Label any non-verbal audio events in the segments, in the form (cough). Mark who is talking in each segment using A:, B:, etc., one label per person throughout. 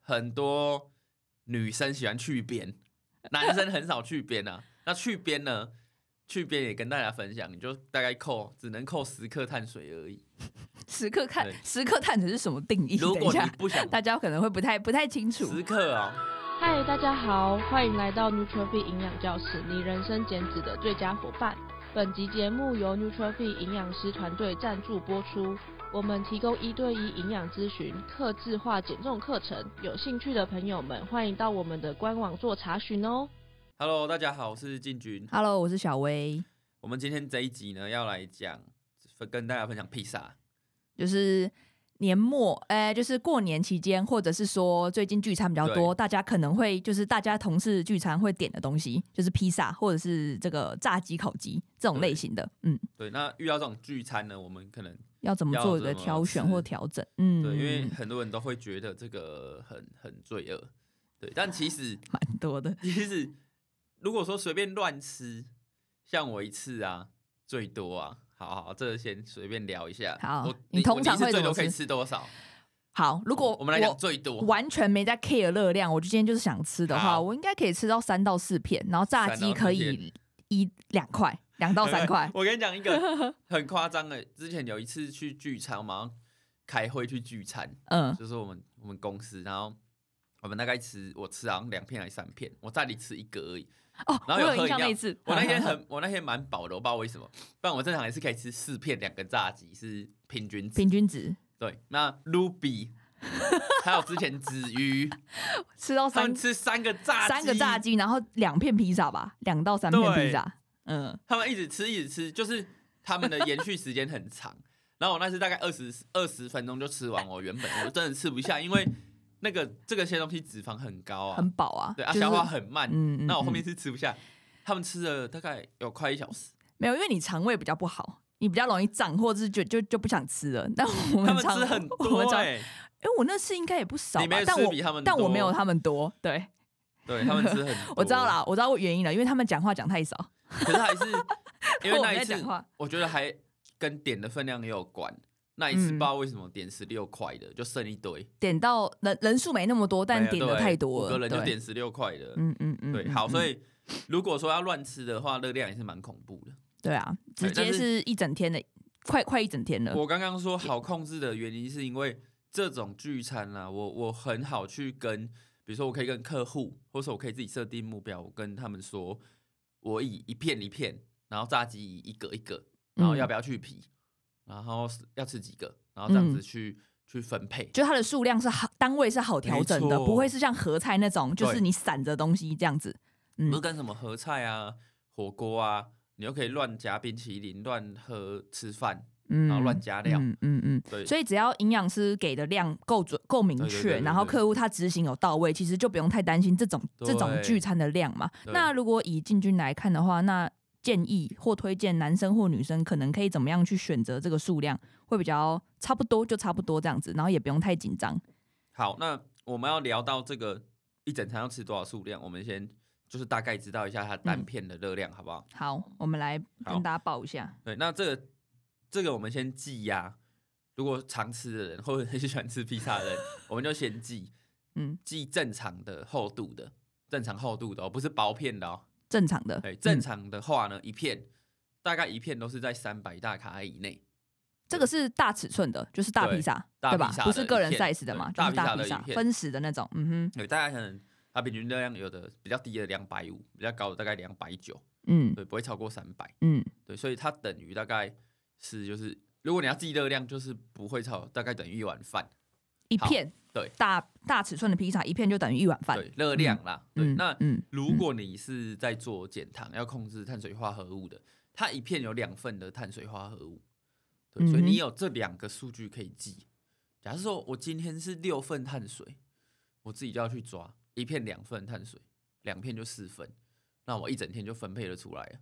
A: 很多女生喜欢去
B: (laughs)
A: 边，男生很少去边啊。那去边呢？去边也跟大家分享，你就大概扣只能扣十克碳水而已。
B: 时刻看
A: 对
B: 时刻探子是什么定义？
A: 如
B: 等一
A: 果你
B: 下，
A: 不想
B: (laughs) 大家可能会不太不太清楚。
A: 十克哦，
C: 嗨，大家好，欢迎来到 Nutrify 营养教室，你人生减脂的最佳伙伴。本集节目由 Nutrify 营养师团队赞助播出。我们提供一对一营养咨询、客制化减重课程，有兴趣的朋友们欢迎到我们的官网做查询哦。
A: Hello，大家好，我是进军。
B: Hello，我是小薇，
A: 我们今天这一集呢，要来讲跟大家分享披萨。
B: 就是年末，哎、就是过年期间，或者是说最近聚餐比较多，大家可能会就是大家同事聚餐会点的东西，就是披萨或者是这个炸鸡、烤鸡这种类型的。嗯，
A: 对，那遇到这种聚餐呢，我们可能
B: 要怎么
A: 要
B: 做一
A: 怎
B: 个
A: 么
B: 挑选
A: 吃
B: 或调整？嗯，
A: 对，因为很多人都会觉得这个很很罪恶，对，但其实。
B: 蛮多的
A: 其实如果说随便乱吃，像我一次啊，最多啊，好好，这个先随便聊一下。
B: 好
A: 我
B: 你通常
A: 我第一次
B: 会
A: 最
B: 怎么
A: 多可以
B: 吃
A: 吃多少？
B: 好，如果
A: 我们来讲最多，
B: 完全没在 care 热量，我就今天就是想吃的话，
A: 好
B: 我应该可以吃到三到四片，然后炸鸡可
A: 三到四。
B: 以一两块，两到三块
A: (laughs) 我跟你讲一
B: (laughs)
A: 个很夸张的，之前有一次去聚餐，我马上开会去聚餐，
B: 嗯，
A: 就是我们我们公司，然后我们大概吃我吃好像两片还是三片，我在里吃一个而已。
B: 哦，
A: 然
B: 我
A: 后有喝
B: 印
A: 饮
B: 象那
A: 料
B: 一次，嗯
A: 我那天
B: (laughs)
A: 很我那天蛮饱的，我不知道为什么，不然我正常也是可以吃四片两个炸鸡是平均值。
B: 平均值
A: 对，那
B: (laughs)
A: Ruby 还有之前子瑜，
B: 吃到
A: 他
B: 三
A: 们吃三个炸鸡
B: 三个炸，鸡，然后两片披萨吧，两到三片披萨。嗯，
A: 他们一直吃一直吃，就是他们的延续时间很长。 (laughs) 然后我那次大概二十二十分钟就吃完，我原本我真的吃不下，因为那个这个些东西脂肪很高啊，
B: 很饱啊，
A: 对啊，
B: 就是
A: 消化很慢。
B: 嗯嗯
A: 那我后
B: 嗯
A: 面是吃不下，他们吃了大概有快一小时，
B: 没有，因为你肠胃比较不好。你比较容易胀，或者是就就就不想吃了。但我
A: 他
B: 们
A: 们
B: 肠
A: 吃很
B: 我
A: 多
B: 们肠
A: 哎、
B: 哎、我那次应该也不少
A: 你没
B: 吧
A: 有，
B: 但
A: 吃
B: 我
A: 比他们
B: 但我没有
A: 多
B: 他们多。对，
A: 对他们吃很多，
B: (laughs) 我知道，啦，我知道原因了，因为他们讲话讲太少。
A: 可是
B: (laughs)
A: 还是因为
B: 我
A: 那
B: 没
A: 一
B: 哦在
A: 次
B: 讲话，
A: 我觉得还跟点的分量也有关。那一次不
B: 嗯
A: 知道为什么点十六块的，就剩一堆，
B: 点到人人数没那么多，但
A: 没有
B: 点的
A: 对啊
B: 太多
A: 五
B: 了，
A: 个人就
B: 对
A: 点十六块的。
B: 嗯嗯嗯，
A: 对，
B: 嗯
A: 好，
B: 嗯
A: 所以如果说要乱吃的话，热量也是蛮恐怖的。
B: 对啊，直
A: 对但
B: 接
A: 是
B: 是一整天的，快快一整天了。
A: 我刚刚说好控制的原因，是因为这种聚餐啦、我我很好去跟，比如说我可以跟客户，或是我可以自己设定目标，我跟他们说，我以一片一片，然后炸鸡一个一个，然后要不要去皮，然后是要吃几个，然后这样子去、去分配。
B: 就它的数量是好，单位是好调整
A: 没
B: 的，
A: 错
B: 不会是像合菜那种，就是
A: 对
B: 你散着东西这样子。嗯
A: 不是跟什么合菜啊、火锅啊，你又可以乱夹冰淇淋、乱喝吃饭，
B: 嗯，
A: 然后乱加料
B: 嗯嗯嗯。
A: 对，
B: 所以只要营养师给的量够准、够明
A: 对对对
B: 确，
A: 对
B: 然后
A: 对
B: 客户他执行有到位，其实就不用太担心这种
A: 对
B: 这种聚餐的量嘛。
A: 对
B: 那如果以进军来看的话，那建议或推荐男生或女生可能可以怎么样去选择这个数量，会比较差不多就差不多这样子，然后也不用太紧张。
A: 好，那我们要聊到这个一整餐要吃多少数量，我们先就是大概知道一下它单片的热量，好不好？
B: 好，我们来
A: 好
B: 跟大家报一下。
A: 对，那这个这个我们先记呀、如果常吃的人或者很喜欢吃披萨的人，我们就先记
B: 嗯，
A: 记正常的厚度的，正常厚度的哦，不是薄片的哦。
B: 正常的，嗯
A: 对，正常的话呢，一片大概一片都是在三百大卡以内。
B: 这个是大尺寸的，就是大披萨，
A: 大
B: 对吧
A: 披萨？的
B: 不是个人
A: 一片
B: size 的嘛，
A: 对
B: 就是
A: 大
B: 大
A: 披萨的
B: 披萨
A: 一片
B: 分食的那种。嗯哼，
A: 对，大概可能它平均热量有的比较低的两百五，比较高的大概两百九，
B: 嗯
A: 对，不会超过三百。
B: 嗯，
A: 对，所以它等于大概是就是，如果你要计热量，就是不会超，大概等于一碗饭。
B: 一片
A: 对
B: 大大尺寸的披萨，一片就等于一碗饭。
A: 对，热量啦。对，
B: 嗯，
A: 那
B: 嗯，
A: 如果你是在做减糖，要控制碳水化合物的，它一片有两份的碳水化合物。对，所以
B: 嗯
A: 你
B: 哼
A: 有这两个数据可以记。假如说我今天是六份碳水，我自己就要去抓一片两份碳水，两片就四份，那我一整天就分配的出来了。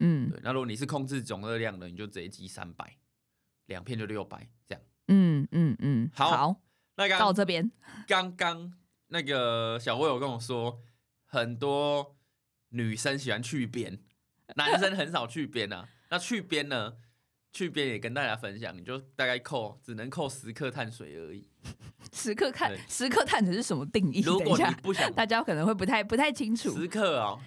B: 嗯
A: 对，那如果你是控制总热量的，你就直接记三百，两片就六百这样。
B: 嗯嗯嗯，
A: 好
B: 好，
A: 那刚
B: 到这边，
A: 刚刚那个小薇有跟我说，很多女生喜欢去边，男生很少去边啊。那去边呢？去边也跟大家分享，你就大概扣只能扣十克碳水而已。
B: 时刻看
A: 对
B: 时刻探子是什么定义？
A: 如
B: 等一
A: 果你
B: 下，
A: 不想
B: (laughs) 大家可能会不太不太清楚。
A: 时刻哦，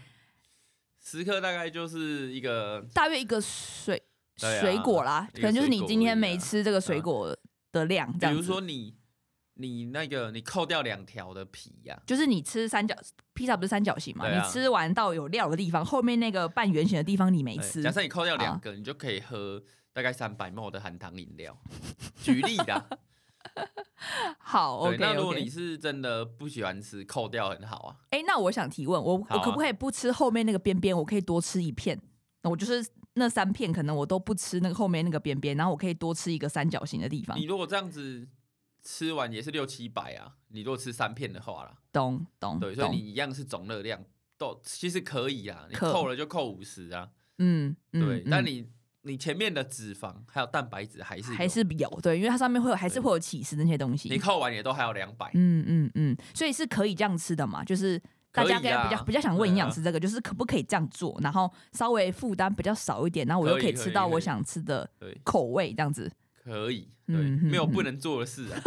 A: 时刻大概就是一个
B: 大约一个水、
A: 对啊
B: 水果啦，
A: 一个
B: 可能就是
A: 水
B: 你
A: 果
B: 今天
A: 而已啊
B: 没吃这个水果的量，这
A: 比
B: 样
A: 如
B: 子。
A: 说你你那个你扣掉两条的皮呀、
B: 就是你吃三角披萨不是三角形嘛？
A: 对啊
B: 你吃完到有料的地方，后面那个半圆形的地方你没
A: 哎
B: 吃。
A: 假设你扣掉
B: 啊
A: 两个，你就可以喝大概三百 ml 的含糖饮料。举例的啊，
B: 好
A: 对。
B: ，OK
A: 那如果你
B: OK。
A: 是真的不喜欢吃，扣掉很好啊。
B: 哎、那我想提问，我、
A: 好啊
B: 我可不可以不吃后面那个边边？我可以多吃一片。那我就是那三片，可能我都不吃那个后面那个边边，然后我可以多吃一个三角形的地方
A: 你。如果这样子吃完也是六七百啊，你如果吃三片的话啦，
B: 懂懂
A: 对，所以你
B: 嗯懂。
A: 一样是总热量都其实可以啊，你
B: 可
A: 扣了就扣五十啊，
B: 嗯嗯，
A: 对，
B: 嗯
A: 但你你前面的脂肪还有蛋白质还是有
B: 还是有对，因为它上面会有还是
A: 对
B: 会有起司那些东西。
A: 你扣完也都还有两百、
B: 嗯嗯嗯，所以是可以这样吃的嘛？就是大家
A: 可
B: 可
A: 以
B: 以
A: 啊
B: 比较比较想问
A: 对啊
B: 营养师这个，就是可不可以这样做，然后稍微负担比较少一点，然后我又
A: 可以
B: 可以
A: 可
B: 吃
A: 以
B: 到
A: 可
B: 我
A: 以
B: 想吃的
A: 对，
B: 口味，这样子，
A: 可以，对，
B: 嗯嗯
A: 没有
B: 嗯
A: 不能做的
B: (laughs)
A: 事啊，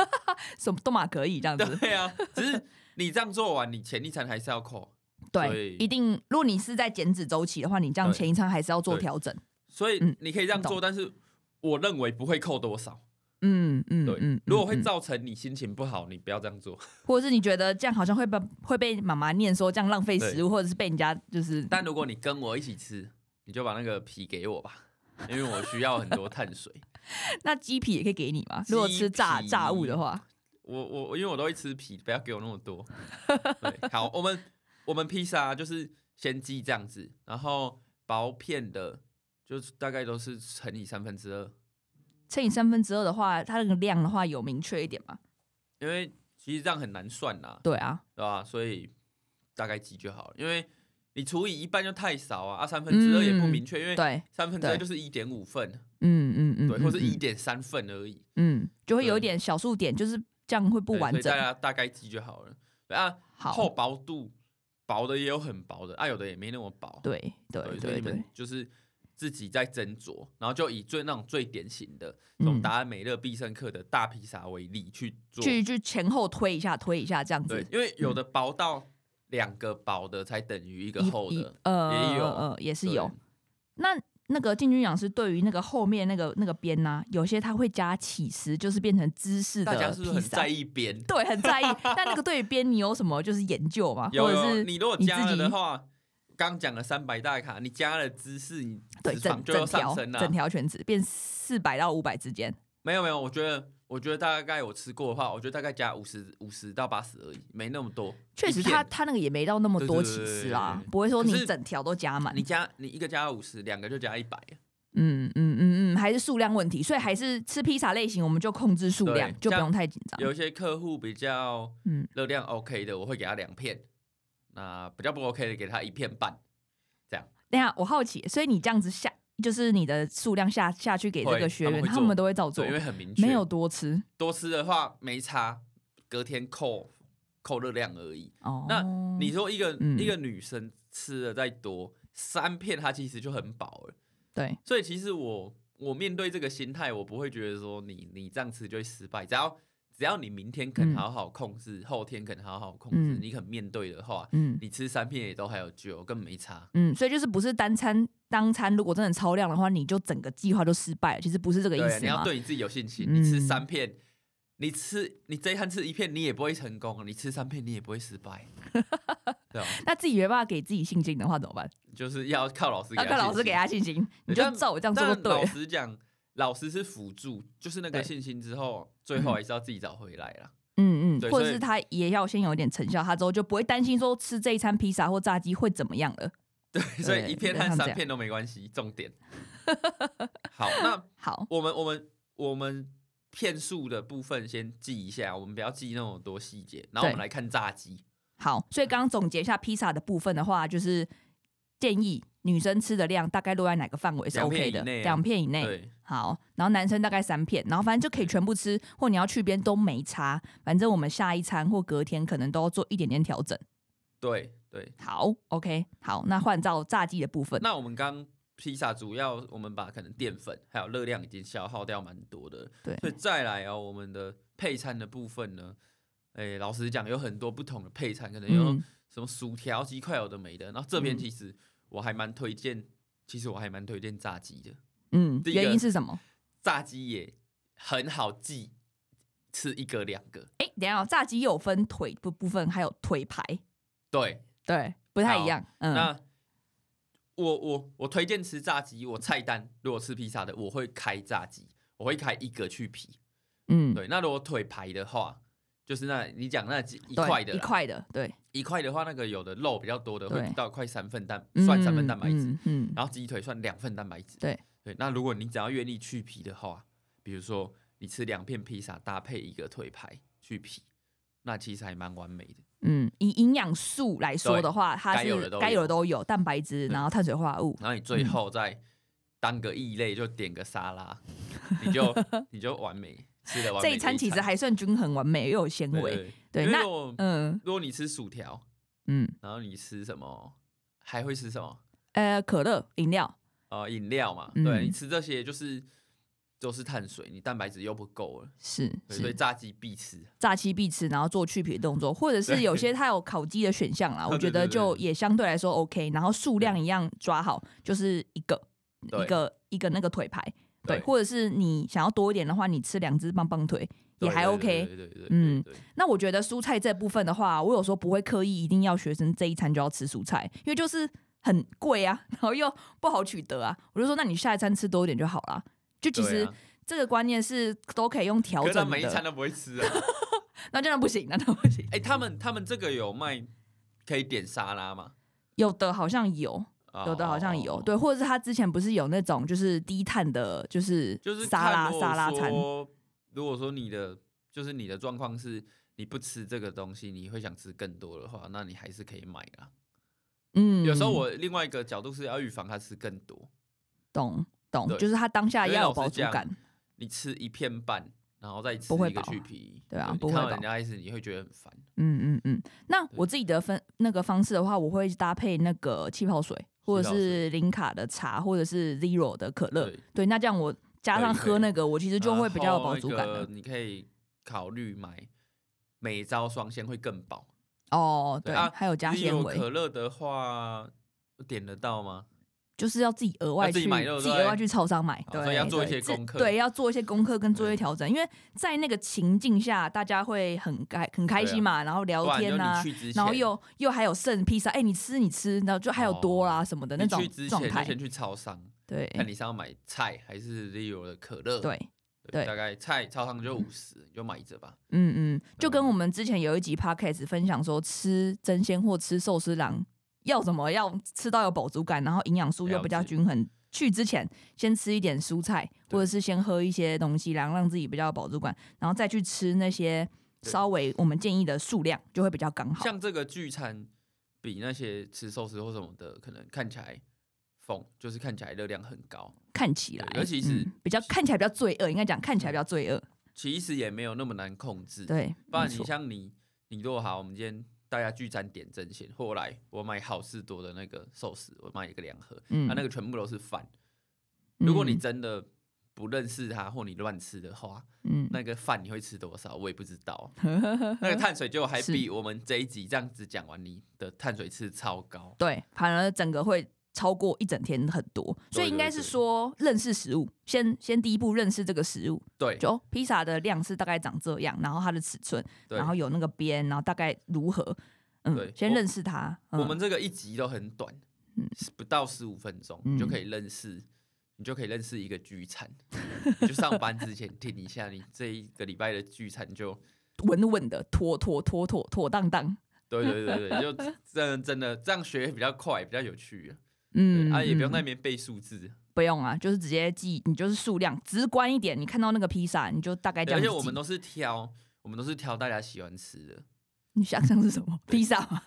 B: 什么都嘛可以这样子。
A: 对啊，只是你这样做完，你前一餐还是要扣，
B: 对，
A: 所以
B: 一定，如果你是在减脂周期的话，你这样
A: 对
B: 前一餐还是要做
A: 对
B: 调整。
A: 所以
B: 嗯
A: 你可以这样做，
B: 懂
A: 但是我认为不会扣多少。
B: 嗯嗯
A: 对，
B: 嗯，
A: 如果会
B: 嗯嗯
A: 造成你心情不好，你不要这样做。 (laughs)
B: 或者是你觉得这样好像会被会被妈妈念说这样浪费食物，或者是被人家就是
A: 但如果你跟我一起吃，你就把那个皮给我吧， (laughs) 因为我需要很多碳水。 (laughs)
B: 那鸡皮也可以给你嘛？如果
A: 鸡
B: 吃炸
A: 皮
B: 炸物的话，
A: 我我我因为我都会吃皮，不要给我那么多。
B: (laughs)
A: 对，好，我们我们披萨就是先寄这样子，然后薄片的，就是大概都是乘以三分之二，
B: 乘以三分之二的话，它那个量的话有明确一点嘛？
A: 因为其实这样很难算啦，
B: 对啊，
A: 对吧？所以大概记就好了，因为你除以一半就太少啊，啊三分之二也不明确，因为
B: 嗯对。
A: 三分之二
B: 对
A: 就是一点五份，
B: 嗯嗯嗯，
A: 对，或是
B: 嗯
A: 一点三份而已，
B: 嗯，就会有
A: 对
B: 一点小数点，就是这样会不
A: 对
B: 完
A: 所以大
B: 整。
A: 家大概记就好了。对啊，厚
B: 好，
A: 薄度薄的也有很薄的，啊有的也没那么薄，
B: 对对
A: 对，所以
B: 对
A: 你们
B: 对，
A: 就是自己在斟酌，然后就以最那种最典型的这
B: 嗯
A: 种达美乐必胜客的大披萨为例去做，
B: 去去前后推一下，推一下这样
A: 对
B: 子，。
A: 因为有的薄到两个薄的才等于一个
B: 一
A: 厚
B: 一
A: 的，
B: 呃
A: 也有
B: 呃也是
A: 对
B: 有。那那个进军养师对于那个后面那个那个边呢，有些他会加起司，就是变成芝士
A: 大家
B: 的
A: 是不是很
B: 披萨
A: 在。意边？
B: 对，很在意。但那个对于边，你有什么就是研究吗？
A: 有
B: 或者
A: 有，
B: 是
A: 你如果
B: 你
A: 加
B: 自
A: 了的
B: 己
A: 话，刚讲了三百大卡，你加了芝士，你
B: 对
A: 脂肪
B: 整
A: 就要
B: 整
A: 上
B: 条
A: 升啊了、
B: 整条全脂变四百到五百之间，
A: 没有没有，我觉得我觉得大概我吃过的话，我觉得大概加五十五十到八十而已，没那么多。
B: 确
A: 一
B: 实
A: 片
B: 他他那个也没到那么
A: 对
B: 多
A: 对
B: 起
A: 对对
B: 司
A: 对
B: 啦
A: 对对，
B: 不会说
A: 可
B: 你
A: 是
B: 整条都加满
A: 你。加你一个加五十，两个就加一百，
B: 嗯嗯嗯嗯，还是数量问题，所以还是吃披萨类型，我们就控制数量
A: 对，
B: 就不
A: 这样
B: 用太紧张。
A: 有一些客户比较
B: 嗯
A: 热量 OK 的，我会给他两片；那比较不 OK 的，给他一片半。
B: 等一下我好奇，所以你这样子下，就是你的数量下下去给这
A: 会
B: 个学员，
A: 他们会
B: 他
A: 做
B: 们都会照做
A: 对，因，为很明确，
B: 没有多吃
A: 多吃的话没差，隔天扣扣热量而已。
B: 哦。
A: 那你说一个、
B: 嗯
A: 一个女生吃的再多，三片她其实就很饱了。
B: 对
A: 所以其实我我面对这个心态，我不会觉得说你你这样吃就会失败，只要只要你明天肯
B: 嗯
A: 好好控制，后天肯好好控制，
B: 嗯
A: 你肯面对的话，
B: 嗯
A: 你吃三片也都还有救，根本没差。
B: 嗯，所以就是不是单餐当餐，如果真的超量的话，你就整个计划都失败了。其实不是这个意
A: 对啊，
B: 思
A: 你要
B: 嘛？
A: 对你自己有信心。
B: 嗯
A: 你吃三片，你吃你这一餐吃一片，你也不会成功；啊你吃三片，你也不会失
B: (laughs)
A: 败。对啊，
B: 那自己没办法给自己信心的话怎么办？
A: 就是要靠老师给
B: 要
A: 啊他信
B: 跟
A: 心，
B: 老师给他信心，你就
A: 但
B: 照我这样做就
A: 但
B: 对
A: 老
B: 了。
A: 实讲，老师是辅助，就是那个
B: 对
A: 信心之后，最后还是要自己找回来啦。
B: 嗯
A: 对
B: 嗯，或者
A: 所以
B: 是他也要先有一点成效，他之后就不会担心说吃这一餐披萨或炸鸡会怎么样了。
A: 对， (laughs) 所以
B: 对
A: 一片
B: 像
A: 和
B: 这
A: 三
B: 样
A: 片都没关系，重点。好，那
B: 好，
A: 我们我们我们片数的部分先记一下，我们不要记那么多细节，然后我们
B: 对
A: 来看炸鸡。
B: 好，所以刚刚总结一下披萨的部分的话，就是建议女生吃的量大概落在哪个范围是
A: 两片
B: OK 的
A: 以，内啊
B: 两片以内。
A: 对，
B: 好，然后男生大概三片，然后反正就可以全部吃，或你要去边都没差，反正我们下一餐或隔天可能都要做一点点调整。
A: 对，对。
B: 好，OK，好，那换到炸鸡的部分，
A: 那我们刚披萨主要我们把可能淀粉还有热量已经消耗掉蛮多的，
B: 对
A: 所以再来哦，我们的配餐的部分呢，哎，老实讲有很多不同的配餐，可能有
B: 嗯
A: 什么薯条、鸡块有的没的。然后这边
B: 嗯
A: 其实我还蛮推荐，其实我还蛮推荐炸鸡的，
B: 嗯，
A: 第一个
B: 原因是什么？
A: 炸鸡也很好记，吃一个两个，
B: 哎、等一下哦，炸鸡有分腿部部分，还有腿排，
A: 对，
B: 对，不太一样。嗯，
A: 那我我我推荐吃炸鸡，我菜单如果吃披萨的，我会开炸鸡，我会开一个去皮。
B: 嗯，
A: 对，那如果腿排的话，就是那你讲那几一
B: 对
A: 块的啦
B: 一块的，对，
A: 一块的话，那个有的肉比较多的会
B: 对
A: 到快三份蛋，算三份蛋白质，
B: 嗯，嗯嗯
A: 然后鸡腿算两份蛋白质。
B: 对
A: 对，那如果你只要愿意去皮的话，比如说你吃两片披萨搭配一个腿排去皮，那其实还蛮完美的。
B: 嗯，以营养素来说
A: 对
B: 的话，它
A: 该有
B: 是
A: 的都
B: 该有
A: 有
B: 的
A: 嗯
B: 都有，蛋白质，
A: 对
B: 然后碳水化合物，
A: 然后你最后再当个异类，就点个沙拉，你
B: (laughs)
A: 就你就完美吃的完美
B: 这
A: 的
B: 一
A: 一
B: 餐
A: 餐
B: 其实还算均衡完美，又有纤
A: 对
B: 维。
A: 对
B: 对
A: 因为
B: 那
A: 如果
B: 嗯
A: 如果你吃薯条，
B: 嗯，
A: 然后你吃什么，还会吃什么？
B: 呃，可乐饮料，
A: 呃，饮料嘛，
B: 嗯
A: 对你吃这些就是都是碳水，你蛋白质又不够了，
B: 是
A: 对所以
B: 是，
A: 炸鸡必吃。
B: 炸鸡必吃，然后做去皮的动作，或者是
A: (laughs)
B: 有些它有烤鸡的选项啦，我
A: 对
B: 觉
A: 对
B: 得
A: 对
B: 就
A: 对
B: 也相对来说 OK，然后数量
A: 对
B: 一样抓好，就是一个一
A: 对
B: 个一个那个腿排，对，
A: 对
B: 或者是你想要多一点的话，你吃两只棒棒腿也
A: 对
B: 还
A: 对
B: OK。
A: 对对对对，
B: 嗯
A: 嗯，对
B: 那我觉得蔬菜这部分的话，我有时候不会刻意一定要学生这一餐就要吃蔬菜，因为就是很贵啊，然后又不好取得啊，我就说那你下一餐吃多一点就好啦。就其
A: 对
B: 实
A: 啊
B: 这个观念是都可以用调
A: 可是
B: 整
A: 他
B: 的，
A: 每一餐都不会吃
B: (laughs)
A: 啊。
B: 那这样不行，那这样不行。
A: 哎，他们他们这个有卖可以点沙拉吗？
B: 有的好像有，
A: 哦
B: (laughs) 有的好像有，，
A: 哦哦
B: 对，或者是他之前不是有那种就是低碳的，就是
A: 就是
B: 沙拉
A: 看如果
B: 沙拉餐，
A: 说如果说你的就是你的状况是你不吃这个东西，你会想吃更多的话，那你还是可以买啦。
B: 嗯，
A: 有时候我另外一个角度是要预防他吃更多，
B: 懂懂，
A: 对
B: 就是他当下
A: 因为
B: 啊要有
A: 老实
B: 饱足
A: 讲
B: 感，
A: 你吃一片半，然后再吃
B: 不会
A: 一个
B: 饱
A: 去皮，
B: 对啊
A: 你
B: 不会
A: 看到
B: 饱
A: 人家一直你会觉得很烦。
B: 嗯嗯嗯。那
A: 对
B: 我自己的分那个方式的话，我会搭配那个气泡水，或者
A: 气泡
B: 是零卡的茶，或者是 zero 的可乐
A: 对，
B: 对，那这样我加上
A: 可以
B: 喝那个，我其实就会
A: 然
B: 比较有
A: 后
B: 饱
A: 那
B: 足感啊
A: 个
B: 了。
A: 你可以考虑买每招双鲜会更饱。
B: 哦，对
A: 对啊，
B: 还有加纤
A: 例如
B: 维，
A: 可乐的话，点得到吗？
B: 就是要自己额外
A: 要自
B: 去
A: 己买对不
B: 自己
A: 对
B: 额外去超商买，
A: 好所
B: 对，
A: 以要做一
B: 对
A: 些
B: 自
A: 功课
B: 对，要做一些功课跟作业
A: 对
B: 调整，因为在那个情境下，大家会很开很开心嘛，然后
A: 啊不
B: 聊
A: 然
B: 天
A: 就
B: 呐
A: 你。去之前，
B: 然后又又还有剩披萨，哎、你吃你吃，然后就还有多啦、什么的
A: 哦
B: 那
A: 你
B: 种
A: 去之
B: 状
A: 前就
B: 态，
A: 先去超商，
B: 对
A: 看你是要买菜还是 Leo 的可乐。
B: 对，对
A: 大概菜超商就五十，你就买着吧。
B: 嗯嗯，就跟
A: 嗯
B: 我们之前有一集 podcast 分享说，吃真鲜或吃寿司郎要怎么要吃到有饱足感，然后营养素又比较
A: 了解
B: 均衡。去之前先吃一点蔬菜，
A: 对
B: 或者是先喝一些东西，然后让自己比较有饱足感，然后再去吃那些
A: 对
B: 稍微我们建议的数量，就会比较刚好。
A: 像这个聚餐，比那些吃寿司或什么的，可能看起来疯，就是看起来热量很高，
B: 看起来，嗯
A: 对尤其是
B: 比较看起来比较罪恶，应该讲看起来比较罪恶。
A: 其实也没有那么难控制。，
B: 对，
A: 不然
B: 没
A: 你
B: 错
A: 像你，你如果好，我们今天大家聚餐点真鲜，后来我买好事多的那个寿司，我买一个两盒，
B: 嗯
A: 它、那个全部都是饭。啊如果你
B: 嗯
A: 真的不认识它，或你乱吃的话，
B: 嗯
A: 那个饭你会吃多少？我也不知
B: (laughs)
A: 道。那个碳水就还
B: 是
A: 比我们这一集这样子讲完，你的碳水吃超高。
B: 对，反而整个会超过一整天很多，所以
A: 对
B: 应该
A: 对
B: 是
A: 对
B: 说认识食物，先先第一步认识这个食物，
A: 对，
B: 就、哦、披萨的量是大概长这样，然后它的尺寸，
A: 对
B: 然后有那个边，然后大概如何，嗯
A: 对，
B: 先
A: 我
B: 认识它。嗯
A: 我们这个一集都很短，
B: 嗯
A: 不到十五分钟，
B: 嗯
A: 你就可以认识，你就可以认识一个聚餐。 (laughs) 你就上班之前听一下，你这一个礼拜的聚餐就，
B: 稳稳的，妥妥妥妥妥当当，
A: 对对对
B: (laughs)
A: 对，就真的真的这样学比较快，比较有趣啊。对
B: 嗯，
A: 啊，也不用在那
B: 嗯
A: 边背数字，
B: 不用啊，就是直接记，你就是数量直观一点，你看到那个披萨，你就大概这
A: 对
B: 样
A: 而
B: 子
A: 且
B: 记。
A: 我们都是挑，我们都是挑大家喜欢吃的。
B: 你想象是什么披萨吗？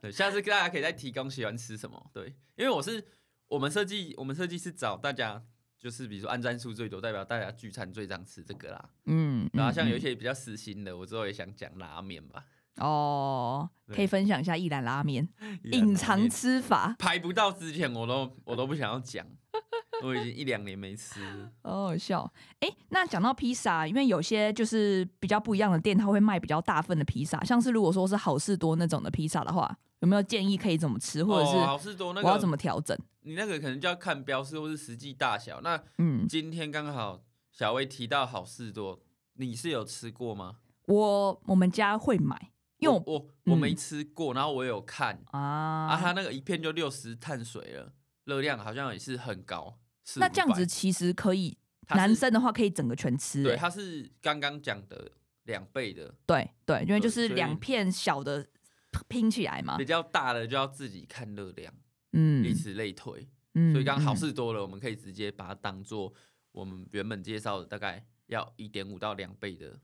A: 对，下次大家可以再提供喜欢吃什么。对，因为我是我们设计，我们设计是找大家，就是比如说按赞数最多，代表大家聚餐最常吃这个啦。
B: 嗯，
A: 啊然后像有
B: 嗯 (laughs)
A: 一些比较私心的，我之后也想讲拉面吧。
B: 嗯哦，哦，可以分享一下一兰拉面
A: 依然
B: 隐
A: 拉
B: 藏
A: 面
B: 吃法
A: 排不到之前，我都我都不想要讲， (laughs) 我已经一两年没吃了。
B: 哦，好笑。哎、那讲到披萨，因为有些就是比较不一样的店，它会卖比较大份的披萨，像是如果说是好事多那种的披萨的话，有没有建议可以怎么吃， (laughs) 或者
A: 哦、好
B: 是
A: 事多那
B: 我要怎
A: 个，
B: 么调整？
A: 你那个可能就要看标示或是实际大小。那
B: 嗯，
A: 今天刚好小薇提到好事多，你是有吃过吗？
B: 我我们家会买，因为
A: 我
B: 我
A: 我我没
B: 嗯
A: 吃过，然后我有看
B: 啊
A: 啊，它那个一片就六十碳水了，热量好像也是很高。400
B: 那这样子，其实可以，
A: 它是
B: 男生的话可以整个全吃、
A: 对，
B: 欸。
A: 它是刚刚讲的两倍的，
B: 对对，因为就
A: 对
B: 是
A: 所以
B: 两片小的拼起来嘛
A: 比。较大的就要自己看热量，
B: 嗯
A: 以此类推。
B: 嗯
A: 所以刚刚好
B: 嗯
A: 事多了，我们可以直接把它当做我们原本介绍的大概要一点五到两倍的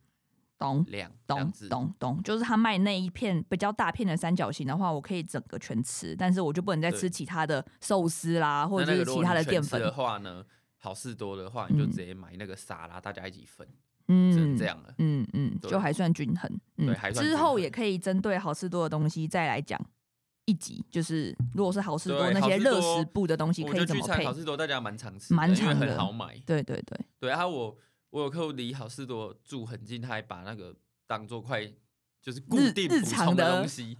B: 懂
A: 量，这样
B: 懂
A: 子。
B: 懂懂，就是他卖那一片比较大片的三角形的话，我可以整个全吃，但是我就不能再吃
A: 对
B: 其他的寿司啦，
A: 那
B: 或者
A: 那个
B: 是
A: 如
B: 其
A: 果
B: 他
A: 你
B: 的
A: 全
B: 淀
A: 吃
B: 粉
A: 的。话呢，好事多的话，你就
B: 嗯
A: 直接买那个沙拉，大家一起分，只能
B: 嗯
A: 这，样了。
B: 嗯嗯，
A: 对啊
B: 就还算均衡。嗯
A: 对还算
B: 之
A: 均
B: 后
A: 衡
B: 也可以针对好事多的东西再来讲一集，就是如果是好事多
A: 对
B: 那
A: 好
B: 些
A: 事
B: 热
A: 多
B: 食部的东西
A: 我
B: 可
A: 就
B: 以怎
A: 去
B: 么
A: 餐
B: 配
A: 好？事多，大家蛮常吃的，
B: 蛮
A: 因为
B: 常的
A: 很好买。
B: 对对对，
A: 对啊，我我有客户离好事多住很近，他还把那个当做快就是固
B: 日
A: 定
B: 日
A: 补
B: 常
A: 充
B: 的
A: 东西，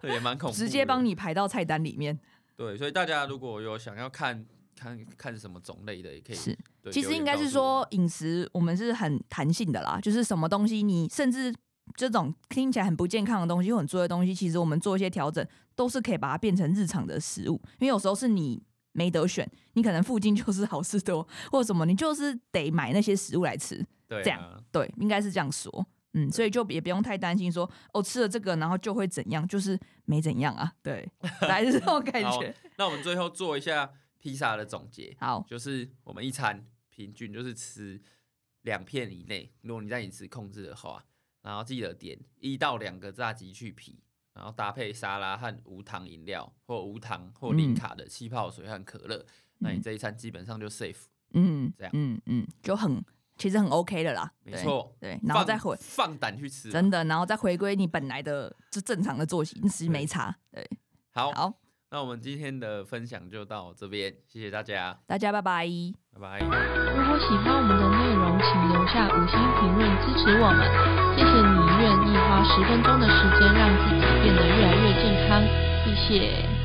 A: 对，也蛮恐怖的。
B: 直接帮你排到菜单里面。
A: 对，所以大家如果有想要看看看什么种类的，也可以
B: 是，
A: 对
B: 其
A: 留
B: 实
A: 言
B: 应该
A: 告
B: 是
A: 诉我们
B: 说饮食我们是很弹性的啦，就是什么东西你甚至这种听起来很不健康的东西或很做的东西，其实我们做一些调整都是可以把它变成日常的食物，因为有时候是你。没得选，你可能附近就是好事多或什么，你就是得买那些食物来吃。
A: 对、啊、
B: 这样对，应该是这样说。嗯，所以就也不用太担心说哦吃了这个然后就会怎样，就是没怎样啊。
A: (laughs)
B: 对，大概是这种感觉。
A: 那我们最后做一下披萨的总结，
B: 好，
A: 就是我们一餐平均就是吃两片以内，如果你在饮食控制的话，然后记得点一到两个炸鸡去皮，然后搭配沙拉和无糖饮料或无糖或零
B: 嗯
A: 卡的气泡水和可乐，那你
B: 嗯
A: 这一餐基本上就 safe，
B: 嗯，
A: 这样
B: 嗯嗯，就很其实很 OK 的啦，
A: 没
B: 对
A: 错。
B: 对，然后
A: 放
B: 再回
A: 放胆去吃吧，
B: 真的，然后再回归你本来的就正常的作息，其实
A: 对
B: 没差。对，
A: 好。
B: 好，
A: 那我们今天的分享就到这边，谢谢大家，
B: 大家拜拜。
A: 拜拜。
C: 如果喜欢我们的内容，请留下五星评论支持我们。谢谢你愿意花十分钟的时间让自己变得越来越健康，谢谢。